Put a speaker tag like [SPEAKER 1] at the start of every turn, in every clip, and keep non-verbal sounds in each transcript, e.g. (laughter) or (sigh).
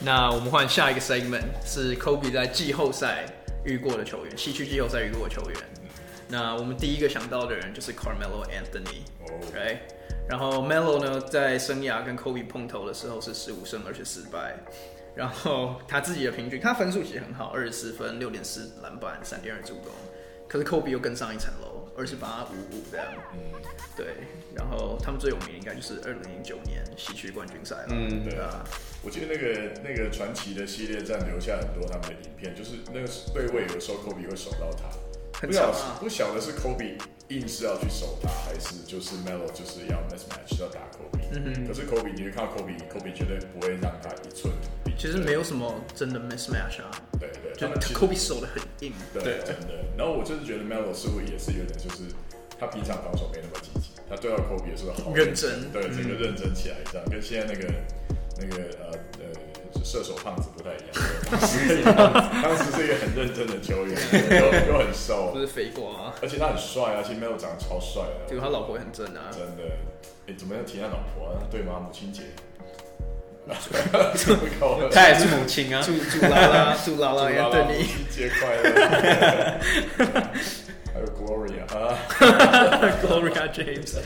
[SPEAKER 1] 那我们换下一个 segment 是 Kobe 在季后赛遇过的球员，西区季后赛遇过的球员。那我们第一个想到的人就是 Carmelo Anthony，
[SPEAKER 2] 哦
[SPEAKER 1] ，right？然后 Melo 呢，在生涯跟 Kobe 碰头的时候是十五胜二十四败，然后他自己的平均，他分数其实很好，二十四分、六点四篮板、三点二助攻，可是 Kobe 又更上一层楼，二十八五五这样。对，然后他们最有名应该就是二零零九年西区冠军赛了，
[SPEAKER 3] 嗯
[SPEAKER 1] 对啊，
[SPEAKER 2] 我记得那个那个传奇的系列战留下很多他们的影片，就是那个对位有时候 Kobe 会守到他，
[SPEAKER 1] 很
[SPEAKER 2] 不晓
[SPEAKER 1] 长啊
[SPEAKER 2] 不晓得是 Kobe 硬是要去守他，还是就是 Melo 就是要 mismatch 要打 Kobe，、可
[SPEAKER 1] 嗯
[SPEAKER 2] 是 Kobe 你会看到 Kobe，Kobe 绝对不会让他一寸土地，
[SPEAKER 1] 其实没有什么真的 mismatch 啊，
[SPEAKER 2] 对对，
[SPEAKER 1] 就
[SPEAKER 2] 他们其实
[SPEAKER 1] Kobe 守的很硬，
[SPEAKER 2] 对，真的。然后我就是觉得 Melo 似乎也是有点，就是他平常防守没那么积极，他对到 Kobe 也是好
[SPEAKER 1] 认真嗯
[SPEAKER 2] 对，整个认真起来这样，跟现在那个那个呃呃射手胖子不太一
[SPEAKER 1] (laughs)
[SPEAKER 2] 样。当时是一个很认真的球员，
[SPEAKER 1] (laughs)
[SPEAKER 2] 又又很
[SPEAKER 1] 不
[SPEAKER 2] 瘦，
[SPEAKER 1] 是肥瓜、啊，
[SPEAKER 2] 而且他很帅啊，其实 Melo 长得超帅
[SPEAKER 1] 结果
[SPEAKER 2] 的，
[SPEAKER 1] 他老婆也很正啊，
[SPEAKER 2] 真的。哎，怎么要提他老婆啊？对吗？母亲
[SPEAKER 1] (laughs)
[SPEAKER 2] 节。
[SPEAKER 3] 他也是母亲啊，
[SPEAKER 1] 祝祝拉 (laughs) 拉祝拉拉
[SPEAKER 2] 祝拉拉母
[SPEAKER 1] Anthony
[SPEAKER 2] 亲节快乐！还有 Gloria 啊，
[SPEAKER 1] Gloria James，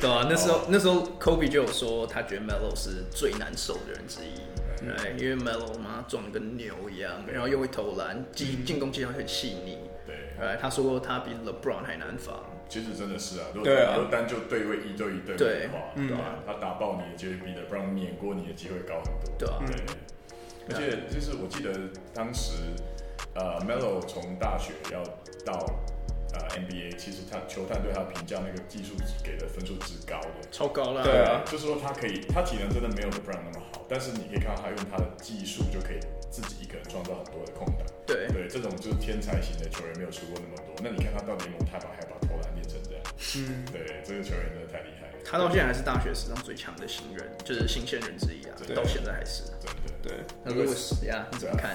[SPEAKER 1] 对啊，那时候那时候 Kobe 就有说他觉得 Melo 是最难守的人之一。
[SPEAKER 2] 嗯
[SPEAKER 1] 对，因为 Melo 嘛壮得跟牛一样，然后又会投篮，进进攻技巧很细腻。
[SPEAKER 2] 对。
[SPEAKER 1] 呃，他说他比 LeBron 还难防。
[SPEAKER 2] 其实真的是啊，如果
[SPEAKER 3] 对啊
[SPEAKER 2] 如果单就对位一对一对位的话，对吧？他打爆你的机会比的，不然碾过你的机会高很多。
[SPEAKER 1] 对啊
[SPEAKER 2] 对。而且就是我记得当时，呃，Melo 从大学要到呃 NBA，其实他球探对他评价那个技术给的分数之高的。
[SPEAKER 1] 超高啦。
[SPEAKER 3] 对啊
[SPEAKER 2] 就是说他可以，他体能真的没有 LeBron 那么好，但是你可以看到他用他的技术就可以自己一个人创造很多的空档。
[SPEAKER 1] 对
[SPEAKER 2] 对，这种就是天才型的球员没有输过那么多。那你看他到联盟，他把还把投篮练成这样，嗯，对，这个球员真的太厉害了，
[SPEAKER 1] 他到现在还是大学史上最强的新人，就是新鲜人之一啊，
[SPEAKER 2] 对
[SPEAKER 1] 到现在还是。啊
[SPEAKER 2] 真的。
[SPEAKER 3] 对。
[SPEAKER 1] 那 Louis 呀，你怎么看？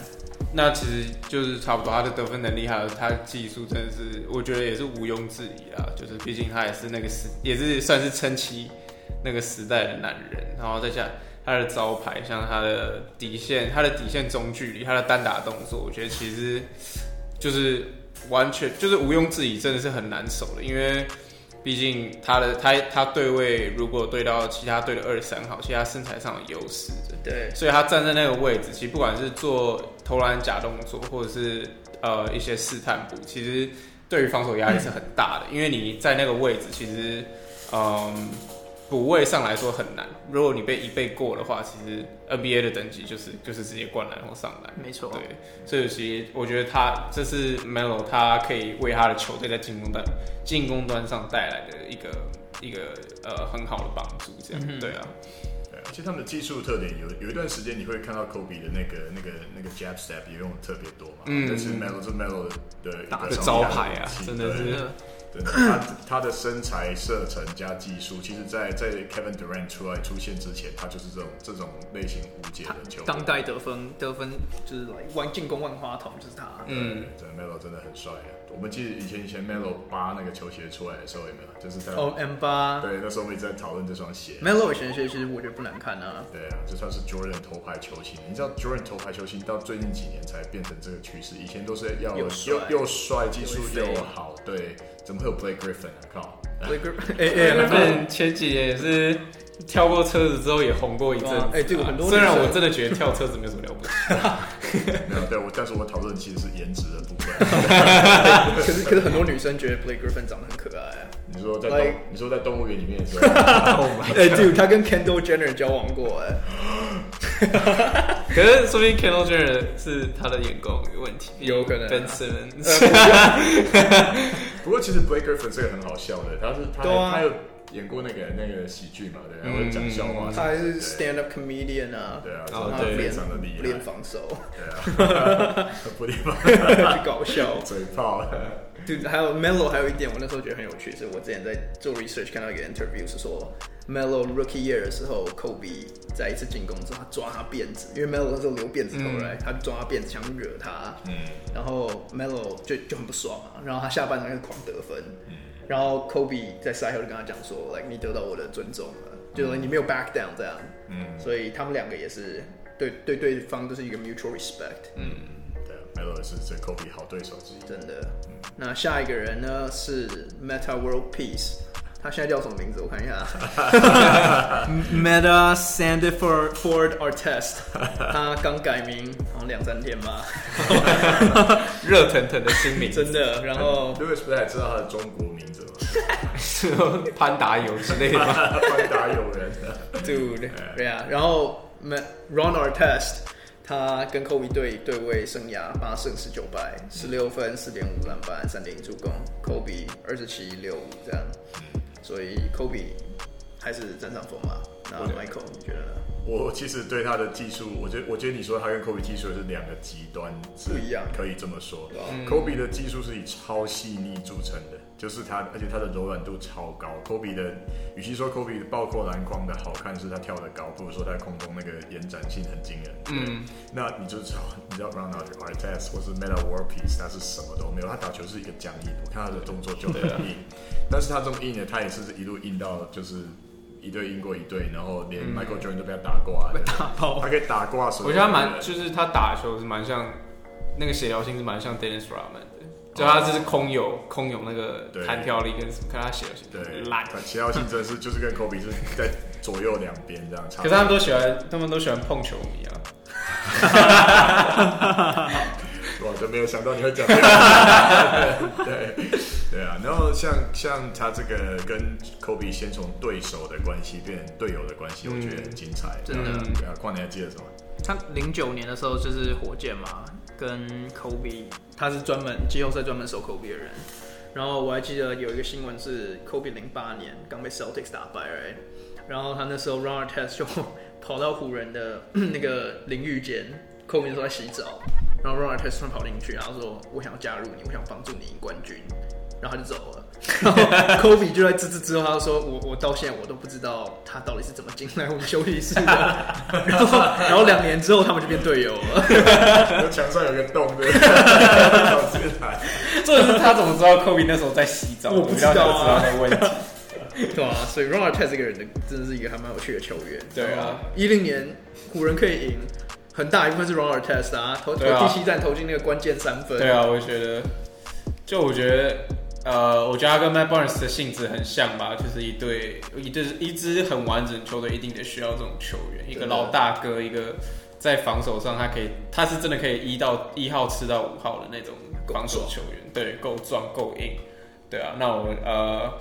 [SPEAKER 3] 那其实就是差不多，他的得分能力还有他技术，真的是我觉得也是毋庸置疑啦。就是毕竟他也是那个时，也是算是撑起那个时代的男人。然后再加上他的招牌，像他的底线，他的底线中距离，他的单打动作，我觉得其实就是完全就是毋庸置疑，真的是很难守的，因为。毕竟他的他他对位，如果对到其他队的二三号，其实他身材上有优势的，
[SPEAKER 1] 对，
[SPEAKER 3] 所以他站在那个位置，其实不管是做投篮假动作，或者是呃一些试探步，其实对于防守压力是很大的，因为你在那个位置，其实嗯补位上来说很难。如果你被一被过的话，其实 NBA 的等级就是就是直接灌篮或上篮。
[SPEAKER 1] 没错。
[SPEAKER 3] 对，所以其实我觉得他这是 Melo，他可以为他的球队在进攻端进攻端上带来的一个一个呃很好的帮助，这样、对啊，
[SPEAKER 2] 对，而且他们的技术特点有有一段时间，你会看到 Kobe 的那个那个那个 jab step 也用的特别多嘛，
[SPEAKER 3] 嗯
[SPEAKER 2] 但是 Melo 这 Melo 的的一
[SPEAKER 3] 打
[SPEAKER 2] 个
[SPEAKER 3] 的招牌啊
[SPEAKER 2] 武器，
[SPEAKER 3] 真的
[SPEAKER 2] 对
[SPEAKER 3] 是
[SPEAKER 2] 真的，他他的身材、射程加技术，其实在，在 Kevin Durant 出来出现之前，他就是这种这种类型无解的球员。
[SPEAKER 1] 当代得分得分就是来万进攻万花筒就是他。
[SPEAKER 3] 嗯，
[SPEAKER 2] 真的 Melo 真的很帅啊！我们记得以前以前 Melo 扒那个球鞋出来的时候有没有？就是在、
[SPEAKER 1] 哦，M 八
[SPEAKER 2] 对那时候我们一直在讨论这双鞋。
[SPEAKER 1] Melo 以前其实我觉得不难看啊。
[SPEAKER 2] 对啊，就算是 Jordan 头牌球星，你知道 Jordan 头牌球星到最近几年才变成这个趋势，以前都是要
[SPEAKER 1] 又
[SPEAKER 2] 又
[SPEAKER 1] 帅
[SPEAKER 2] 又帅，技术
[SPEAKER 1] 又会飞
[SPEAKER 2] 又好，对，怎么会有 Blake Griffin 啊？靠！
[SPEAKER 1] 所以哎 (laughs) 哎，
[SPEAKER 3] 对，
[SPEAKER 1] 很
[SPEAKER 3] 他们前几年也是跳过车子之后也红过一阵子啊。
[SPEAKER 1] 哎对很多
[SPEAKER 3] 虽然
[SPEAKER 1] 女生
[SPEAKER 3] 我真的觉得跳车子没有什么了不起，
[SPEAKER 2] 没有，对我，但是我讨论其实是颜值的部分。 (laughs)
[SPEAKER 1] 哎 (laughs) 可是可是很多女生觉得 Blake Griffin 长得很可爱
[SPEAKER 2] (laughs)
[SPEAKER 1] 啊。
[SPEAKER 2] 你说在
[SPEAKER 1] Like-
[SPEAKER 2] 动，你说在动物园里面的时候，
[SPEAKER 1] (laughs) 哎，dude，他跟 Kendall Jenner 交往过哎。
[SPEAKER 2] 嗯
[SPEAKER 3] 可是说不定 Kendall Jenner 是他的眼光有问题，
[SPEAKER 1] 有可能啊
[SPEAKER 3] Ben Simmons 呃
[SPEAKER 2] 不过其实 Blake Griffin 这个很好笑的，他是他
[SPEAKER 1] 对啊嗯
[SPEAKER 2] 他有演过那个那个喜剧嘛，对，然后讲笑话什么的，
[SPEAKER 1] 他还是 stand up comedian 啊，
[SPEAKER 2] 对啊
[SPEAKER 1] 然后
[SPEAKER 3] 哦
[SPEAKER 1] 他
[SPEAKER 3] 对
[SPEAKER 1] 练
[SPEAKER 2] 非常的厉害啊
[SPEAKER 1] 练防
[SPEAKER 2] (laughs)
[SPEAKER 1] 守，
[SPEAKER 2] 不地方
[SPEAKER 1] 搞笑。
[SPEAKER 2] 嘴炮。
[SPEAKER 1] 对，还有 Melo 还有一点，我那时候觉得很有趣，是我之前在做 research 看到一个 interview 是说 Melo rookie year 的时候，Kobe 在一次进攻之后，他抓他辫子，因为 Melo 那时候留辫子头来，他就抓他辫子想惹他，嗯，然后 Melo 就就很不爽啊，然后他下半场开始狂得分，然后 Kobe 在赛后就跟他讲说，like 你得到我的尊重了，就是你没有 back down 这样，嗯，所以他们两个也是对对对方都是一个 mutual respect，
[SPEAKER 2] 对啊，Melo 也是这 Kobe 好对手之一。
[SPEAKER 1] 真的。那下一个人呢是 Meta World Peace，他现在叫什么名字？我看一下，Meta Sandford Ford Artest，他刚改名，好像两三天吧，
[SPEAKER 3] 热腾腾的新名，
[SPEAKER 1] 真的。然后
[SPEAKER 2] Lewis 不是还知道他的中国名字吗？
[SPEAKER 3] (laughs) 是潘达友之类的吗？ (laughs)
[SPEAKER 2] 万达友人，
[SPEAKER 1] Dude，对啊，然后 Ma- Ron Artest 他跟 Kobe 对对位生涯八胜十九败，十六分四点五篮板三点一助攻，Kobe 二十七六五这样，所以 Kobe 还是占上风嘛。那 Michael 你觉得呢？
[SPEAKER 2] 我其实对他的技术，我觉得我觉得你说他跟 Kobe 技术是两个极端，是
[SPEAKER 1] 不一样
[SPEAKER 2] 可以这么说
[SPEAKER 1] 对啊。
[SPEAKER 2] Kobe 的技术是以超细腻著称的，就是他，而且他的柔软度超高。Kobe 的，与其说 Kobe 爆破篮筐的好看是他跳得高，不如说他空中那个延展性很惊人。嗯，那你就知道，你知道 Round Out r t e s 或是 Meta War Piece，他是什么都没有，他打球是一个僵硬，我看他的动作就很硬，但是他这么硬呢，他也是一路硬到就是。一队赢过一队，然后
[SPEAKER 3] 嗯
[SPEAKER 2] 连 Michael Jordan 都被他打挂了，打爆，他可以打挂所有
[SPEAKER 3] 我
[SPEAKER 2] 人。
[SPEAKER 3] 觉得他蛮，就是他打球是蛮像那个协调性是蛮像 Dennis Rodman 的，就他
[SPEAKER 1] 哦
[SPEAKER 3] 就是空有空有那个
[SPEAKER 2] 对
[SPEAKER 3] 弹跳力跟什么，看他协调性
[SPEAKER 2] 对，
[SPEAKER 3] 烂。
[SPEAKER 2] 他其他性真的是 (laughs) 就是跟科比是在左右两边这样差
[SPEAKER 3] 可
[SPEAKER 2] 不
[SPEAKER 3] 是
[SPEAKER 2] 多。
[SPEAKER 3] 他们都喜欢，他们都喜欢碰球迷啊。
[SPEAKER 2] 我就没有想到你会讲这
[SPEAKER 3] (laughs)
[SPEAKER 2] 个。 (laughs) 对对啊，然后像像他这个跟科比先从对手的关系变成队友的关系，
[SPEAKER 3] 嗯
[SPEAKER 2] 我觉得很精彩。
[SPEAKER 1] 真的
[SPEAKER 2] 对啊，况你还记得什么？ (laughs)
[SPEAKER 1] 他零九年的时候就是火箭嘛，跟 Kobe，他是专门季后赛专门守 Kobe 的人。然后我还记得有一个新闻是 Kobe 零八年刚被 Celtics 打败，right？然后他那时候 Ron Artest 就跑到湖人的 (clears throat) 那个淋浴间，Kobe 那时候在洗澡，然后 Ron Artest 突然跑进去，然后说：“我想要加入你，我想帮助你赢冠军。”然后他就走了。然后 Kobe 就在吱吱之后，他就说：“我我到现在我都不知道他到底是怎么进来我们休息室的。” (laughs) 然后然后两年之后他们就变队友了。 (laughs)
[SPEAKER 2] 我墙上有个洞，对不对？
[SPEAKER 3] (laughs)
[SPEAKER 2] (laughs) 好自然。
[SPEAKER 3] 重点是他怎么知道 Kobe 那时候在洗澡？
[SPEAKER 1] 我不知道啊
[SPEAKER 3] 比较想知道的问题。
[SPEAKER 1] 对啊，所以 Ron Artest 这个人的真的是一个还蛮有趣的球员。
[SPEAKER 3] 对啊，
[SPEAKER 1] 一零年湖人可以赢，很大一部分是 Ron Artest 啊，投投
[SPEAKER 3] 对啊
[SPEAKER 1] 第七战投进那个关键三分。
[SPEAKER 3] 对啊，我觉得，就我觉得，呃，我觉得他跟 Matt Barnes 的性质很像吧，就是一队一支一支很完整的球队一定得需要这种球员，一个
[SPEAKER 1] 真的
[SPEAKER 3] 老大哥，一个在防守上他可以，他是真的可以一到一号吃到五号的那种防守球员，对，够壮够硬，对啊，那我呃。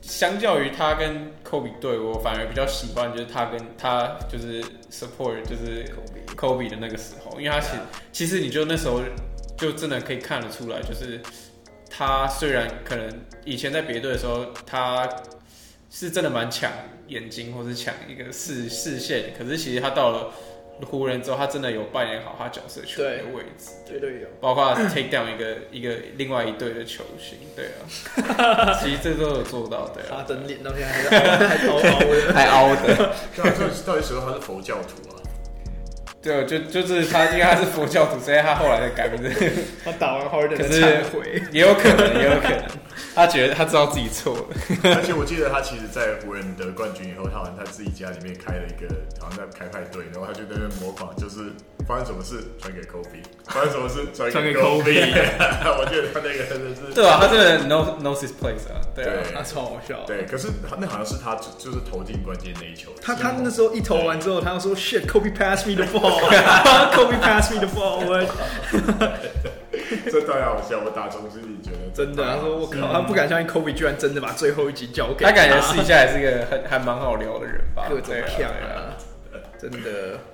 [SPEAKER 3] 相较于他跟 Kobe 对我反而比较喜欢，就是他跟他就是 support 就是
[SPEAKER 1] Kobe
[SPEAKER 3] Kobe 的那个时候，因为他其其实你就那时候就真的可以看得出来，就是他虽然可能以前在别队的时候，他是真的蛮抢眼睛或是抢一个视视线，可是其实他到了湖人之后，他真的有扮演好他角色球员的位置，
[SPEAKER 1] 绝对有。
[SPEAKER 3] 包括 take down 一个一个另外一队的球星，对啊，其实这都有做到，对
[SPEAKER 1] 他
[SPEAKER 3] 啊，
[SPEAKER 1] 整脸到现在还在还 (laughs) 超凹的。
[SPEAKER 3] (laughs) 还凹的，
[SPEAKER 2] 对啊，这到底谁说他是佛教徒啊？
[SPEAKER 3] 对，就就是他，因为他是佛教徒，所以他后来的改名字。
[SPEAKER 1] 他打完 Harden
[SPEAKER 3] 可
[SPEAKER 1] 的
[SPEAKER 3] 是
[SPEAKER 1] 忏悔，
[SPEAKER 3] 也有可能，也有可能，他觉得他知道自己错了。
[SPEAKER 2] (laughs) 而且我记得他其实，在湖人得冠军以后，他好像他自己家里面开了一个，好像在开派对，然后他就在那边模仿，就是发生什么事传给 Kobe，发生什么事传
[SPEAKER 1] 传给
[SPEAKER 2] Kobe。我 (laughs) 觉得他那个真的是
[SPEAKER 3] 对啊，他真的 knows knows his place 啊，对啊，
[SPEAKER 2] 对
[SPEAKER 1] 他超好笑。
[SPEAKER 2] 对，可是他那好像是他就就是投进关键那一球。
[SPEAKER 1] 他他那时候一投完之后，他就说 shit Kobe pass me the (laughs) ball，Kobe pass me the ball，我
[SPEAKER 2] 这太好笑，我打从心里觉得啊
[SPEAKER 1] 真的，他说我靠，他不敢相信 Kobe 居然真的把最后一集交给
[SPEAKER 3] 他感觉私底下也是个很还蛮好聊的人吧，
[SPEAKER 1] 各种
[SPEAKER 3] 对啊，对
[SPEAKER 1] 强
[SPEAKER 3] 啊
[SPEAKER 1] 啊，真的。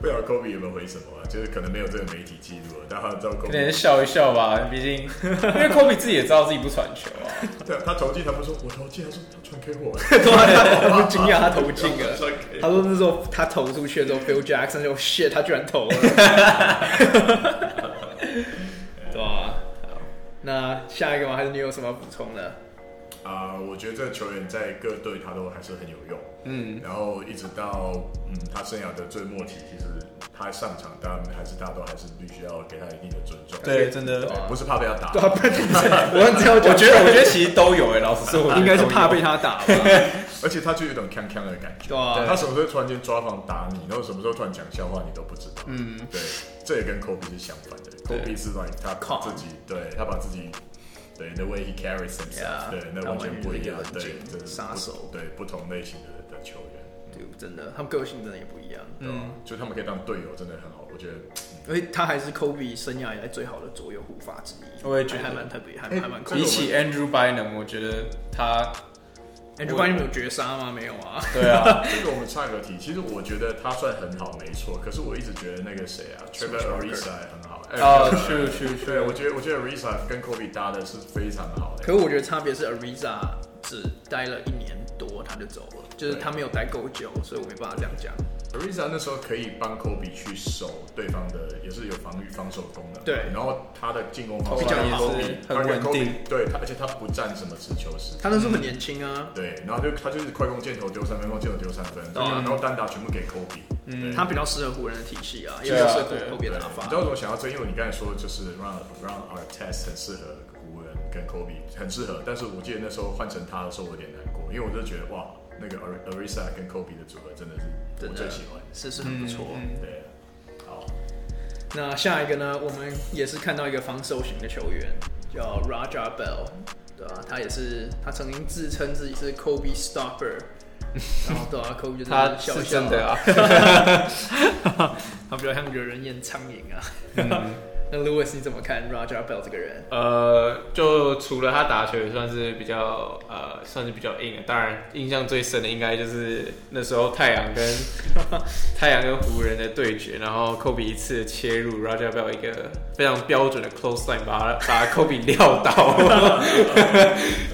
[SPEAKER 2] 不晓得 Kobe 有没有回什么啊，就是可能没有这个媒体记录了，啊但他知道
[SPEAKER 3] 可能
[SPEAKER 2] Kobe，
[SPEAKER 3] 笑一笑吧，毕 (laughs) 竟因为 Kobe 自己也知道自己不传球啊，
[SPEAKER 2] 对啊他投进，他不说我投进，他说他传给我，
[SPEAKER 1] 对啊，他他不惊讶，他投进了。
[SPEAKER 2] 传给
[SPEAKER 1] 他说那时候他投出去的时候，Phil Jackson 就 shit，他居然投了。对啊，好，那下一个吗？还是你有什么要补充的？
[SPEAKER 2] 啊、我觉得这个球员在各队他都还是很有用。
[SPEAKER 3] 嗯，
[SPEAKER 2] 然后一直到嗯他生涯的最末期，其实他上场，大家还是大家都还是必须要给他一定的尊重。
[SPEAKER 3] 对，真的，
[SPEAKER 2] 对不是怕被他打，
[SPEAKER 1] 对啊，不然我刚才要讲，
[SPEAKER 3] 我觉得我觉得其实都有哎，老实说， (laughs) 我觉得
[SPEAKER 1] 应该是
[SPEAKER 3] 都有
[SPEAKER 1] 怕被他打吧，
[SPEAKER 2] 而且他就有一种锵锵的感觉。
[SPEAKER 1] 对啊
[SPEAKER 2] 他什么时候突然间抓狂打你，然后什么时候突然讲笑话，你都不知道。嗯，对，这也跟 Kobe 是相反的。
[SPEAKER 3] 对
[SPEAKER 2] Kobe 是 like 他
[SPEAKER 1] Calm
[SPEAKER 2] 自己，对他把自己。对，the way he carries himself，
[SPEAKER 1] Yeah，
[SPEAKER 2] 对，那
[SPEAKER 1] 他
[SPEAKER 2] 完
[SPEAKER 1] 完
[SPEAKER 2] 全
[SPEAKER 1] 全
[SPEAKER 2] 不
[SPEAKER 1] 是
[SPEAKER 2] 一
[SPEAKER 1] 一个
[SPEAKER 2] 样
[SPEAKER 1] 冷，
[SPEAKER 2] 对
[SPEAKER 1] 静，
[SPEAKER 2] 这是不
[SPEAKER 1] 杀手
[SPEAKER 2] 对不同类型的的球员，
[SPEAKER 1] 对，真的，他们个性真的也不一样，对吧？啊
[SPEAKER 3] 嗯，
[SPEAKER 2] 就他们可以当队友，真的很好，我觉得。嗯
[SPEAKER 1] 而且他还是 Kobe 生涯以来最好的左右护法之一，
[SPEAKER 3] 我也觉得
[SPEAKER 1] 还蛮特别，还
[SPEAKER 2] 哎
[SPEAKER 1] 还蛮酷
[SPEAKER 3] 比
[SPEAKER 1] 的。
[SPEAKER 3] 起 Andrew Bynum，我觉得他，
[SPEAKER 1] 哎，如果你们有绝杀吗？没有啊，
[SPEAKER 3] 对 (laughs) 啊，
[SPEAKER 2] 这个我们岔个题，其实我觉得他算很好，没错。可是我一直觉得那个谁啊，Trevor
[SPEAKER 1] Parker
[SPEAKER 2] Ariza 也很好。哎
[SPEAKER 3] 哦，去去去，
[SPEAKER 2] 对，我觉得我觉得 Ariza 跟 Kobe 搭的是非常好的。
[SPEAKER 1] 可是我觉得差别是 Ariza 只待了一年多他就走了，就是
[SPEAKER 2] 对
[SPEAKER 1] 他没有待够久，所以我没办法这样讲。
[SPEAKER 2] Ariza 那时候可以帮 Kobe 去守对方的，也是有防御防守功能。
[SPEAKER 1] 对
[SPEAKER 2] 然后他的进攻方式
[SPEAKER 1] 比较好
[SPEAKER 2] 他跟 Kobe-
[SPEAKER 3] 很稳定
[SPEAKER 2] 他跟 Kobe- 对他，而且他不占什么持球时间。
[SPEAKER 1] 他那时候很年轻啊，
[SPEAKER 2] 对，然后就他就是快攻箭头丢三分，快攻箭头丢三分，
[SPEAKER 1] 对啊
[SPEAKER 2] 然后单打全部给 Kobe。嗯，
[SPEAKER 1] 他比较适合湖人的体系啊，因
[SPEAKER 3] 对
[SPEAKER 1] 为
[SPEAKER 3] 啊
[SPEAKER 1] 是
[SPEAKER 3] 对啊
[SPEAKER 1] 后边
[SPEAKER 2] 对
[SPEAKER 1] 打
[SPEAKER 2] 你知道
[SPEAKER 1] 法。
[SPEAKER 2] 为什么想到这？因为你刚才说就是让让 Artest 很适合湖人跟 Kobe 很适合，但是我记得那时候换成他的时候我有点难过，因为我就觉得哇，那个 Ar- Arisa 跟 Kobe 的组合真的是
[SPEAKER 3] 啊
[SPEAKER 1] 真
[SPEAKER 2] 我
[SPEAKER 1] 的
[SPEAKER 2] 最喜欢。
[SPEAKER 1] 是是很不错、
[SPEAKER 3] 嗯
[SPEAKER 2] 对，好，
[SPEAKER 1] 那下一个呢，我们也是看到一个防守型的球员，叫 Raja Bell，对吧、他也是，他曾经自称自己是 Kobe
[SPEAKER 3] (laughs)
[SPEAKER 1] Stopper，然后对啊，Kobe 就是
[SPEAKER 3] 他
[SPEAKER 1] 笑
[SPEAKER 3] 是
[SPEAKER 1] 笑
[SPEAKER 3] 真的啊，
[SPEAKER 1] (laughs)
[SPEAKER 3] (laughs)
[SPEAKER 1] 他比较像惹人厌苍蝇啊。
[SPEAKER 3] 嗯
[SPEAKER 1] 那 Louis 你怎么看 Raja Bell 这个人？
[SPEAKER 3] 呃，就除了他打球也算是比较呃，算是比较硬的。当然，印象最深的应该就是那时候太阳跟 (laughs) 太阳跟湖人的对决，然后科比一次的切入，Raja Bell 一个非常标准的 close line 把他把科比撂倒，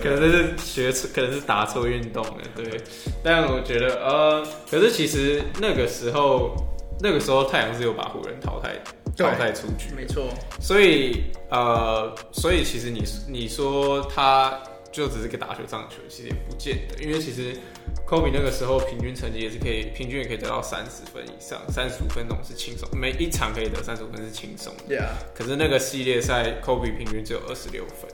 [SPEAKER 3] 可能这是学错，可能是打错运动了，对。但我觉得呃，可是其实那个时候那个时候太阳是有把湖人淘汰
[SPEAKER 1] 对
[SPEAKER 3] 淘汰出局的，
[SPEAKER 1] 没错，
[SPEAKER 3] 所以呃，所以其实你你说他就只是个打球上球，其实也不见得，因为其实科比那个时候平均成绩也是可以，平均也可以得到三十分以上，三十五分那种是轻松，每一场可以得三十五分是轻松的。
[SPEAKER 1] 对啊，
[SPEAKER 3] 可是那个系列赛，科比平均只有二十六分，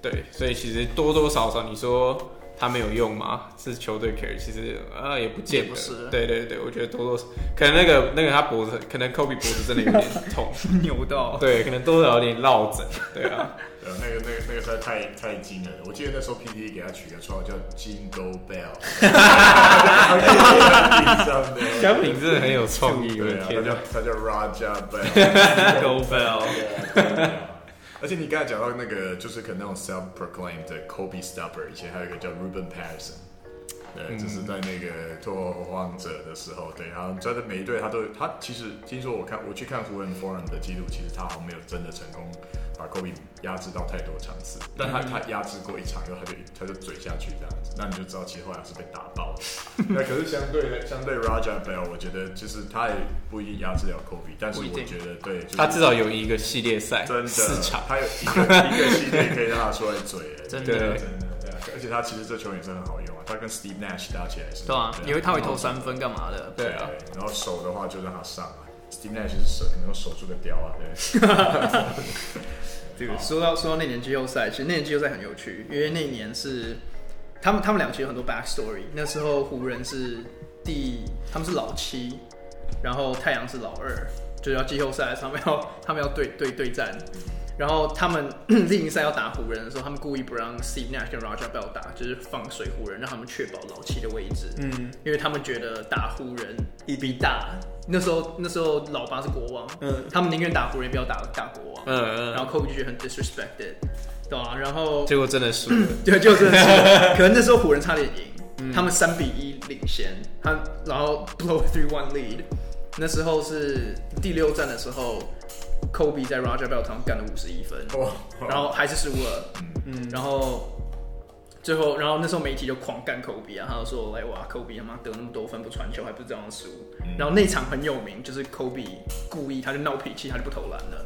[SPEAKER 3] 对，所以其实多多少少你说。他没有用吗？是球队 care，其实呃也不见
[SPEAKER 1] 也
[SPEAKER 3] 得。
[SPEAKER 1] 不是
[SPEAKER 3] 对对对，我觉得多多少可能那个那个他脖子，可能科比脖子真的有点痛，
[SPEAKER 1] (laughs) 牛到
[SPEAKER 3] 对，哦可能多少有点落枕，对 (laughs) 啊，
[SPEAKER 2] 呃，那个那个那个实在太太惊人了。我记得那时候 PT 给他取个绰号叫 Jingle Bell， (laughs)
[SPEAKER 3] 小品真的很有创意，我
[SPEAKER 2] 对
[SPEAKER 3] 的
[SPEAKER 2] 啊，
[SPEAKER 3] (laughs)
[SPEAKER 2] 他
[SPEAKER 3] 天
[SPEAKER 2] 叫
[SPEAKER 3] 哪！
[SPEAKER 2] 他叫 Raja Bell。
[SPEAKER 1] Go Bell，
[SPEAKER 2] 而且你刚才讲到那个，就是可能那种 self-proclaimed 的 Kobe stopper，以前还有一个叫 Ruben Patterson，对，
[SPEAKER 1] 嗯
[SPEAKER 2] 就是在那个脱口而王者的时候，对，然后在这每一队他都他其实听说我看我去看湖人 Forum 的记录，其实他好像没有真的成功把 Kobe 压制到太多场次，但他他压制过一场，然后他就他就嘴下去这样子，那你就知道其实后来是被打爆
[SPEAKER 1] (laughs)
[SPEAKER 2] 的。那可是相对的，相对 Raja Bell，我觉得就是他也不一定压制了 Kobe，但是
[SPEAKER 1] 不一
[SPEAKER 2] 我
[SPEAKER 1] 定
[SPEAKER 2] 觉得对，就是
[SPEAKER 3] 他至少有一个系列赛，
[SPEAKER 2] 真的
[SPEAKER 3] 四场，
[SPEAKER 2] 他有一个一个系列可以让他出来嘴，欸
[SPEAKER 1] 真
[SPEAKER 3] 的
[SPEAKER 2] 真的，对啊而且他其实这球也是很好用啊，他跟 Steve Nash 打起来是，
[SPEAKER 1] 对啊，
[SPEAKER 2] 对
[SPEAKER 1] 因为他会投三分干嘛的？
[SPEAKER 3] 对啊，
[SPEAKER 2] 对然后手的话就让他上啊，Steve Nash 是手能够守住个雕啊，对， (laughs)
[SPEAKER 1] 这个说到说到那年季后赛，其实那年季后赛很有趣，因为那年是他们他们俩其实有很多 backstory。那时候湖人是第他们是老七，然后太阳是老二，就是要季后赛的时候他们要 (laughs) 他们要对对对战。然后他们 (clears throat) 例行赛要打湖人的时候，他们故意不让 Steve Nash 跟 Roger Bell 打，就是放水湖人，让他们确保老七的位置。嗯，因为他们觉得打湖人一比打那时候那时候老八是国王，嗯，他们宁愿打湖人，不要打打国王。
[SPEAKER 3] 嗯
[SPEAKER 1] 然
[SPEAKER 3] 嗯，
[SPEAKER 1] 后 Kobe 就觉得很 disrespected，对吧、然后
[SPEAKER 3] 结果真的 (coughs) 输了，
[SPEAKER 1] 对， (laughs) 就真的是，可能那时候湖人差点赢，
[SPEAKER 3] 嗯
[SPEAKER 1] 他们三比一领先，他然后 blow (laughs) three one lead，那时候是第六战的时候，Kobe 在 Roger Bell 头上干了五十一分，
[SPEAKER 3] 哦
[SPEAKER 2] 哇，
[SPEAKER 1] 然后还是输了，嗯，然后最后，然后那时候媒体就狂干科比啊，他就说来哇，科比他妈得那么多分不传球，还不是这
[SPEAKER 3] 嗯
[SPEAKER 1] 样输。然后那场很有名，就是科比故意他就闹脾气，他就不投篮了。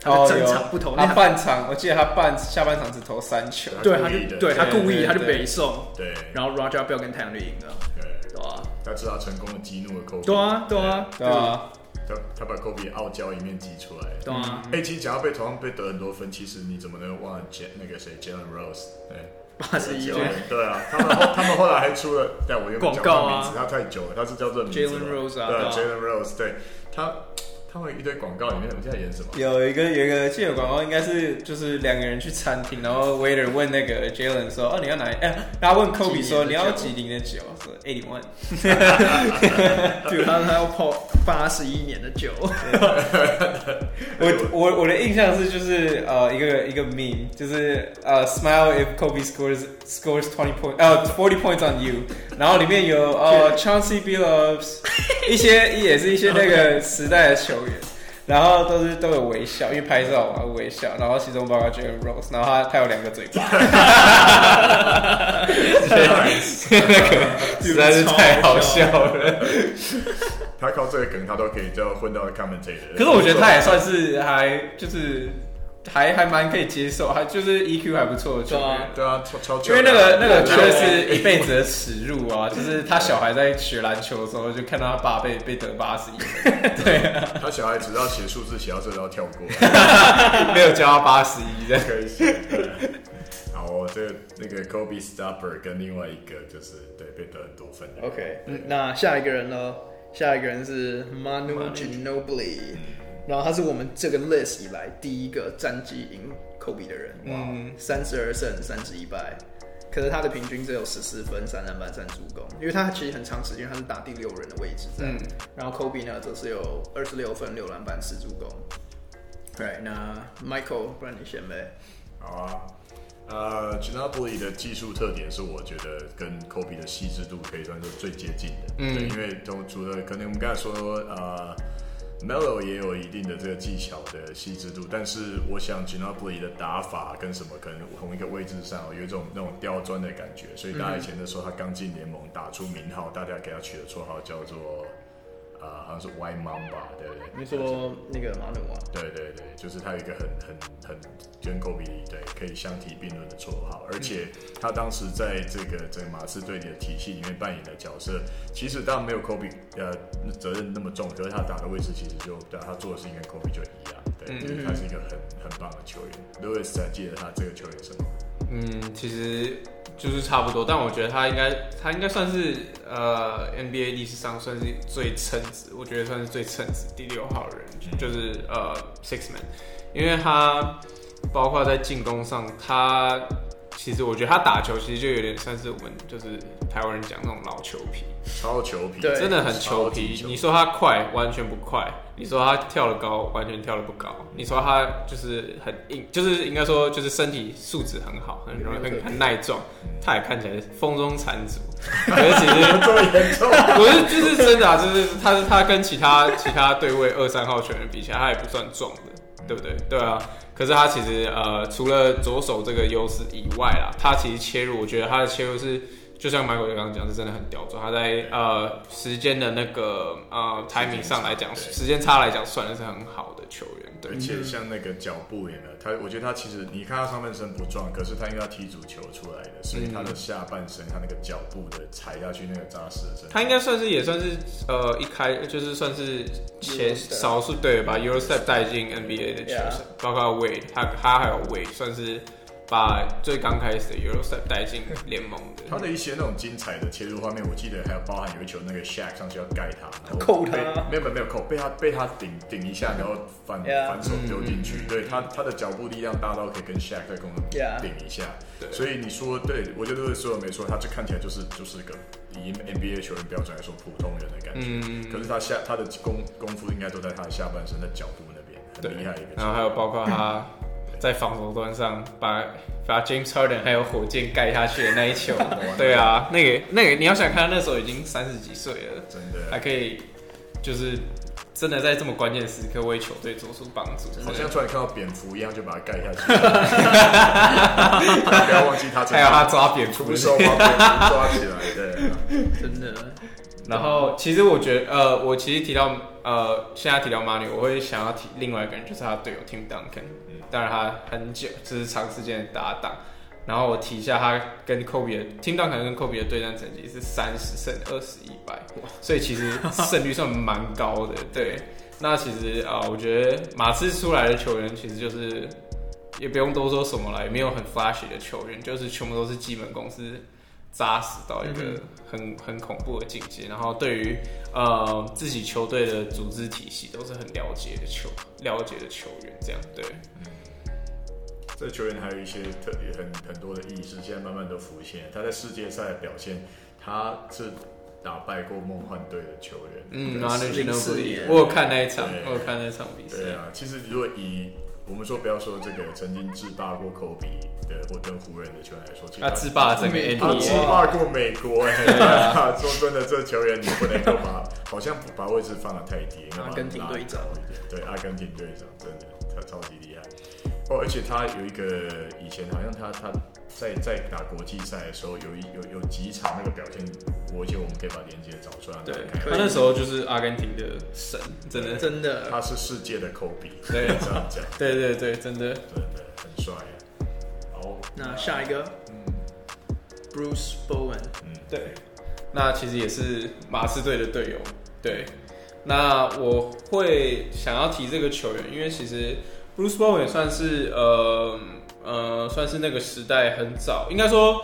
[SPEAKER 1] 他
[SPEAKER 3] 哦，
[SPEAKER 1] 的整
[SPEAKER 3] 有
[SPEAKER 1] 场不投那
[SPEAKER 3] 他
[SPEAKER 1] 场
[SPEAKER 3] 半场，我记得他半下半场只投三球，
[SPEAKER 1] 对，他
[SPEAKER 2] 故意
[SPEAKER 1] 就
[SPEAKER 2] 的
[SPEAKER 1] 对他
[SPEAKER 3] 对
[SPEAKER 1] 故意，
[SPEAKER 3] 对
[SPEAKER 1] 他就
[SPEAKER 3] 对
[SPEAKER 1] 北送，
[SPEAKER 2] 对，
[SPEAKER 1] 然后 Roger Bell 跟太阳就赢了，
[SPEAKER 2] 对，
[SPEAKER 1] 对吧？
[SPEAKER 2] 他知道成功的激怒了科比，
[SPEAKER 1] 对啊，对啊，
[SPEAKER 3] 对吧？
[SPEAKER 2] 他他把科比傲娇一面激出来。
[SPEAKER 1] 对啊，
[SPEAKER 2] 哎、其实讲到被同样被得很多分，其实你怎么能忘了 J 那个谁 Jalen Rose？对，
[SPEAKER 1] 八十一
[SPEAKER 2] 对对啊，他们后他们后来还出了，但我有
[SPEAKER 1] 广告啊
[SPEAKER 2] 名字，他太久了，他是叫这名字
[SPEAKER 1] Jalen
[SPEAKER 2] 嘛
[SPEAKER 1] Rose 啊
[SPEAKER 2] 对
[SPEAKER 1] 对
[SPEAKER 2] ，Jalen Rose，对他他们有一堆广告里面，我们现在演什么？
[SPEAKER 3] 有一个有一个记得有广告，应该是就是两个人去餐厅，然后 waiter 问那个 Jalen 说：“哦，你要哪一？”哎、他问 Kobe 说：“你要几零的酒？”说 eighty one。
[SPEAKER 1] 对，他他要泡八十一年的酒， (laughs)
[SPEAKER 3] 我我我的印象是就是呃一个一个 meme，就是呃 smile if Kobe scores scores twenty point 呃 forty points on you，然后里面有呃 Chauncey Billups，一些也是一些那个时代的球员。然后都是都有微笑，因为拍照嘛微笑，然后其中包括 j a Rose，然后他他有两个嘴巴，对，那个实在是太好笑了。
[SPEAKER 2] 他靠这个梗，他都可以就混到 commentator。
[SPEAKER 3] 可是我觉得他也算是还就是还还蛮可以接受，还就是 EQ 还不错的球
[SPEAKER 1] 对
[SPEAKER 3] 员
[SPEAKER 1] 啊。
[SPEAKER 2] 对啊，超超
[SPEAKER 3] 因为那个那个
[SPEAKER 2] 真
[SPEAKER 3] 真
[SPEAKER 2] 的
[SPEAKER 3] 的是一辈子的耻辱啊！就是他小孩在学篮球的时候，就看到他爸被被得八十一分，对啊，
[SPEAKER 2] 他小孩只知道写数字，写到这都要跳过。
[SPEAKER 3] (laughs) 没有教他八十一这样。
[SPEAKER 2] 可以
[SPEAKER 3] (laughs)
[SPEAKER 2] 写。对好，我这个那个 Kobe Stopper 跟另外一个就是对被得很多分的
[SPEAKER 1] OK，那下一个人呢？下一个人是 Manu Ginobili，然后他是我们这个 list 以来第一个战绩赢 Kobe 的人，哇，三十二胜三十一败。可是他的平均只有十四分、三篮板、三助攻，因为他其实很长时间他是打第六人的位置在。
[SPEAKER 3] 嗯
[SPEAKER 1] 然后 Kobe 呢，则是有二十六分、六篮板、四助攻。对，那 Michael，不然你先呗。
[SPEAKER 2] 好啊，呃 g i n o b l i 的技术特点是我觉得跟 Kobe 的细致度可以算是最接近的。
[SPEAKER 3] 嗯
[SPEAKER 2] 对，因为都除了可能我们刚才说呃 Melo 也有一定的这个技巧的细致度，但是我想 g i n o b l i 的打法跟什么可能同一个位置上有一种那种刁钻的感觉，所以大家以前的时候他刚进联盟打出名号，大家给他取的绰号叫做。呃，好像是 Y Mamba，对不对？
[SPEAKER 1] 你说那个马努啊？
[SPEAKER 2] 对对对，就是他有一个很很很跟科比对可以相提并论的绰号，而且他当时在这个这个马刺队的体系里面扮演的角色，其实当然没有科比呃责任那么重，可是他打的位置其实就对他做的事情跟科比就一样，对，
[SPEAKER 3] 嗯
[SPEAKER 2] 就是他是一个很很棒的球员。Lewis 还记得他这个球员是吗？
[SPEAKER 3] 嗯，其实就是差不多，但我觉得他应该他应该算是呃 NBA 历史上算是最称职，我觉得算是最称职第六号人，就是呃 Six Man，因为他包括在进攻上，他其实我觉得他打球其实就有点算是我们就是台湾人讲那种老球皮，
[SPEAKER 2] 超球皮，
[SPEAKER 1] 对
[SPEAKER 3] 真的很球
[SPEAKER 2] 超级
[SPEAKER 3] 皮
[SPEAKER 2] 球。
[SPEAKER 3] 你说他快，完全不快；你说他跳得高，完全跳得不高。你说他就是很硬，就是应该说就是身体素质很好，很容易很很耐撞。他也看起来风中残烛，可是其实
[SPEAKER 2] 这么严重，
[SPEAKER 3] 不是，就是真的啊，就是他是他跟其他其他对位二三号球员比起来，他也不算壮的，对不对？对啊。可是他其实呃，除了左手这个优势以外啦，他其实切入，我觉得他的切入是，就像 Michael 刚刚讲，是真的很刁钻。他在呃时间的那个呃 timing 上来讲，
[SPEAKER 2] 对
[SPEAKER 3] 时间差来讲，算的是很好的球员，对
[SPEAKER 2] 而。且像那个脚步也没有，他我觉得他其实你看他上半身不壮，可是他因为他踢足球出来的，所以
[SPEAKER 3] 嗯
[SPEAKER 2] 他的下半身他那个脚步的踩下去那个扎实的身体，
[SPEAKER 3] 他应该算是也算是呃一开就是算是前
[SPEAKER 1] Eurostep
[SPEAKER 3] 少数队
[SPEAKER 2] 嗯
[SPEAKER 3] 把 Eurostep 带进 NBA 的球员
[SPEAKER 1] Yeah
[SPEAKER 3] 包括 Wade，他他还有 Wade 算是把最刚开始的 Eurostep 带进联盟
[SPEAKER 2] (laughs)
[SPEAKER 3] 的。
[SPEAKER 2] 他的一些那种精彩的切入画面，我记得还有包含有一球那个 Shaq 上去要盖他，然后
[SPEAKER 1] (laughs) 扣他
[SPEAKER 2] 被没有没有没有扣，被他被他顶顶一下，然后反
[SPEAKER 1] Yeah 嗯
[SPEAKER 2] 反手丢进去。对他他的脚步力量大到可以跟 Shaq 在空中
[SPEAKER 1] Yeah
[SPEAKER 2] 顶一下
[SPEAKER 3] 对。
[SPEAKER 2] 所以你说对，我觉得说的没错，他就看起来就是就是个以 NBA 球员标准来说普通人的感
[SPEAKER 3] 嗯
[SPEAKER 2] 觉。可是他下他的功功夫应该都在他的下半身的脚步那边，很厉害一个球员。
[SPEAKER 3] 然后还有包括他
[SPEAKER 2] 嗯
[SPEAKER 3] 在防守端上把把 James Harden 还有火箭盖下去的那一
[SPEAKER 2] (laughs)
[SPEAKER 3] 球，对啊，那个那个你要想看，他那时候已经三十几岁了，
[SPEAKER 2] 真的
[SPEAKER 3] 还可以就是真的在这么关键时刻为球队做出帮助，
[SPEAKER 2] 好
[SPEAKER 3] 真
[SPEAKER 2] 像
[SPEAKER 3] 的
[SPEAKER 2] 突然看到蝙蝠一样就把它盖下去， (laughs) 不要忘记他
[SPEAKER 3] 还有他抓蝙蝠
[SPEAKER 2] 徒，手把蝙蝠抓起来，对啊，
[SPEAKER 1] 真的，
[SPEAKER 3] 然后其实我觉得，呃，我其实提到呃，现在提到马里，我会想要提另外一个人，就是他的队友 Tim Duncan，、
[SPEAKER 2] 嗯
[SPEAKER 3] 当然他很久就是长时间的搭档。然后我提一下他跟 Kobe 的 Tim Duncan 跟 Kobe 的对战成绩是三十胜二十一败，所以其实胜率算蛮高的。对，那其实啊、呃我觉得马刺出来的球员其实就是也不用多说什么了，也没有很 flashy 的球员，就是全部都是基本功是扎实到一个很很恐怖的境界。然后对于呃自己球队的组织体系都是很了解的球了解的球员，这样对，
[SPEAKER 2] 这球员还有一些特别很很多的意识，现在慢慢都浮现。他在世界赛的表现，他是打败过梦幻队的球员。
[SPEAKER 3] 嗯，
[SPEAKER 2] 对
[SPEAKER 3] 然后那
[SPEAKER 1] 是
[SPEAKER 3] 个
[SPEAKER 1] 04年
[SPEAKER 3] 我有看那一场
[SPEAKER 2] 对，
[SPEAKER 3] 我有看那一场比赛，
[SPEAKER 2] 对啊，其实如果以我们说不要说这个曾经制霸过科比的或跟湖人的球员来说，其实
[SPEAKER 3] 他制霸了整个
[SPEAKER 1] 美
[SPEAKER 2] 他
[SPEAKER 3] NBA，
[SPEAKER 2] 制霸过美国哎、欸！说真的，这球员你不能够把，好像把位置放的太低，应该把他
[SPEAKER 1] 阿根廷
[SPEAKER 2] 拉
[SPEAKER 1] 队长
[SPEAKER 2] 高一点，对，阿根廷队长真的他超级厉害。哦，而且他有一个以前好像他他在在打国际赛的时候，有一有有几场那个表现，我觉得我们可以把连接找出来。
[SPEAKER 3] 对
[SPEAKER 2] 看
[SPEAKER 3] 他那时候就是阿根廷的神，真的，
[SPEAKER 1] 真的，
[SPEAKER 2] 他是世界的科比，
[SPEAKER 3] 对
[SPEAKER 2] 这样讲，
[SPEAKER 3] 对对对，真的。
[SPEAKER 2] 真的很帅。好，
[SPEAKER 1] 那下一个
[SPEAKER 2] 嗯
[SPEAKER 1] Bruce Bowen，
[SPEAKER 2] 嗯，
[SPEAKER 3] 对，那其实也是马刺队的队友。对，那我会想要提这个球员，因为其实 Bruce Bowen 也算是呃呃，算是那个时代很早，应该说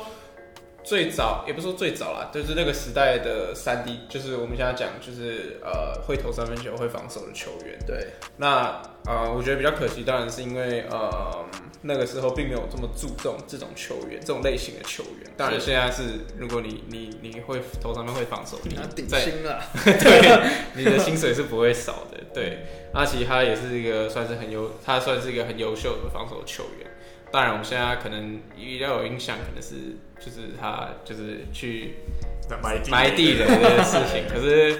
[SPEAKER 3] 最早，也不是说最早啦，就是那个时代的三 D，就是我们现在讲就是呃会投三分球、会防守的球员。
[SPEAKER 1] 对，
[SPEAKER 3] 那呃，我觉得比较可惜，当然是因为呃那个时候并没有这么注重这种球员这种类型的球员。当然
[SPEAKER 1] 是
[SPEAKER 3] 现在是，如果你你你会头上面会防守，
[SPEAKER 1] 他
[SPEAKER 3] 你
[SPEAKER 1] 顶
[SPEAKER 3] 在
[SPEAKER 1] 薪啊了，
[SPEAKER 3] (laughs) 对，你的薪水是不会少的。
[SPEAKER 1] 嗯
[SPEAKER 3] 对，阿奇他也是一个算是很优，他算是一个很优秀的防守球员。当然，我们现在可能比较有印象，可能是就是他就是去
[SPEAKER 2] 那埋地
[SPEAKER 3] 埋地雷的事情。可是，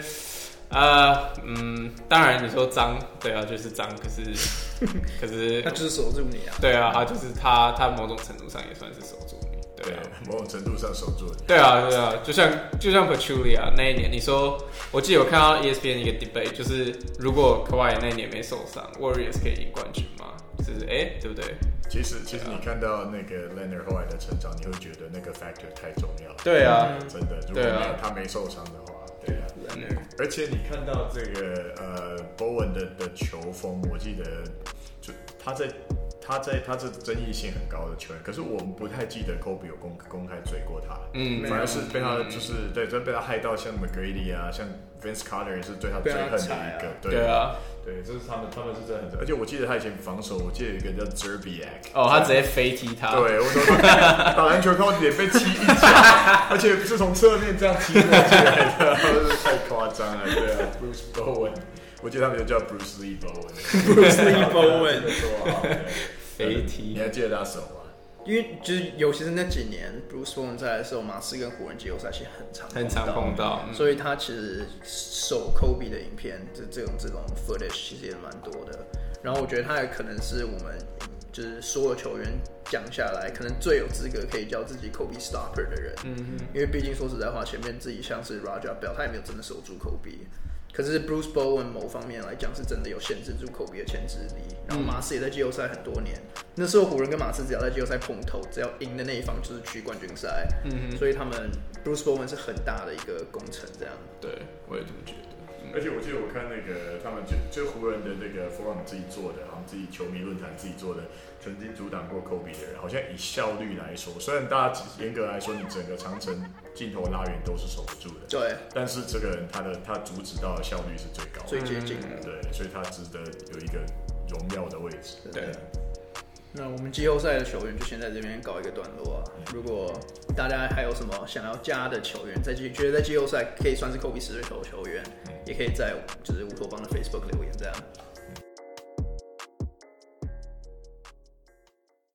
[SPEAKER 3] 呃，嗯，当然你说脏，对啊，就是脏。可是，可是
[SPEAKER 1] 他，就是守住你啊，
[SPEAKER 3] 对啊，他就是他，他某种程度上也算是守住你，对
[SPEAKER 2] 对
[SPEAKER 3] 啊。，
[SPEAKER 2] 某种程度上守住了。
[SPEAKER 3] 对啊，对啊，就像就像 Pachulia 那一年，你说，我记得我看到 E ESPN 一个 debate，就是如果 Kawhi 那一年没受伤，Warriors 可以赢冠军吗？就是哎、对不对？
[SPEAKER 2] 其实，其实你看到那个 Leonard 后来的成长，你会觉得那个 factor 太重要了。
[SPEAKER 3] 对啊，
[SPEAKER 2] 真的，如果没
[SPEAKER 3] 对啊
[SPEAKER 2] 有他没受伤的话，对啊。
[SPEAKER 1] Leonard
[SPEAKER 2] 而且你看到这个呃 Bowen 的的球风，我记得就他在他在他是争议性很高的球员，可是我们不太记得 Kobe 有公公开追过他。
[SPEAKER 3] 嗯，
[SPEAKER 2] 反而是被他就是对，真被他害到像 McGrady 啊，像 Vince Carter 也是对他最
[SPEAKER 1] 被
[SPEAKER 2] 恨的一个
[SPEAKER 1] 他踩啊，
[SPEAKER 2] 对
[SPEAKER 3] 对啊，
[SPEAKER 2] 对，这是他们他们是真的很，而且我记得他以前防守，我记得有一个叫 Zerbiak，
[SPEAKER 3] 哦，他直接飞踢他，
[SPEAKER 2] 对，我都打篮球靠脸被踢一下，而且是从侧面这样踢过去来的， (laughs) 真是太夸张了。对啊，Bruce Bowen，我记得他们就叫 Bruce Lee 啊 Bowen，Bruce (laughs)
[SPEAKER 1] Lee Bowen
[SPEAKER 3] 飞踢
[SPEAKER 2] 啊你，还记得他什么吗？
[SPEAKER 1] 因为就是尤其是那几年 Bruce Bowen 在的时候，马刺跟湖人季后赛其实很长
[SPEAKER 3] 很常碰到，嗯
[SPEAKER 1] 所以他其实受 Kobe 的影片，这这种这种 footage 其实也蛮多的。然后我觉得他也可能是我们就是所有球员讲下来，可能最有资格可以叫自己 Kobe stopper 的人。嗯，因为毕竟说实在话，前面自己像是 Roger Bell，他也没有真的守住 Kobe。可是 Bruce Bowen 某方面来讲是真的有限制住 Kobe 的牵制力，然后马刺也在季后赛很多年，那时候湖人跟马刺只要在季后赛碰头，只要赢的那一方就是区冠军赛，嗯、所以他们 Bruce Bowen 是很大的一个工程，这样
[SPEAKER 3] 对，我也这么觉得。
[SPEAKER 2] 而且我记得我看那个他们就就湖人的那个 forum 自己做的，然后自己球迷论坛自己做的，曾经阻挡过 Kobe 的人，好像以效率来说，虽然大家严格来说你整个长城镜头拉远都是守不住的，
[SPEAKER 1] 对，
[SPEAKER 2] 但是这个人他的他阻止到的效率是最高
[SPEAKER 1] 最
[SPEAKER 2] 的，
[SPEAKER 1] 接近了。
[SPEAKER 2] 对，所以他值得有一个荣耀的位置。
[SPEAKER 1] 真的
[SPEAKER 3] 对，
[SPEAKER 1] 那我们季后赛的球员就先在这边搞一个段落啊。如果大家还有什么想要加的球员，在季觉得在季后赛可以算是 Kobe 死对头的球员，也可以在就是乌托邦的 Facebook 留言这样。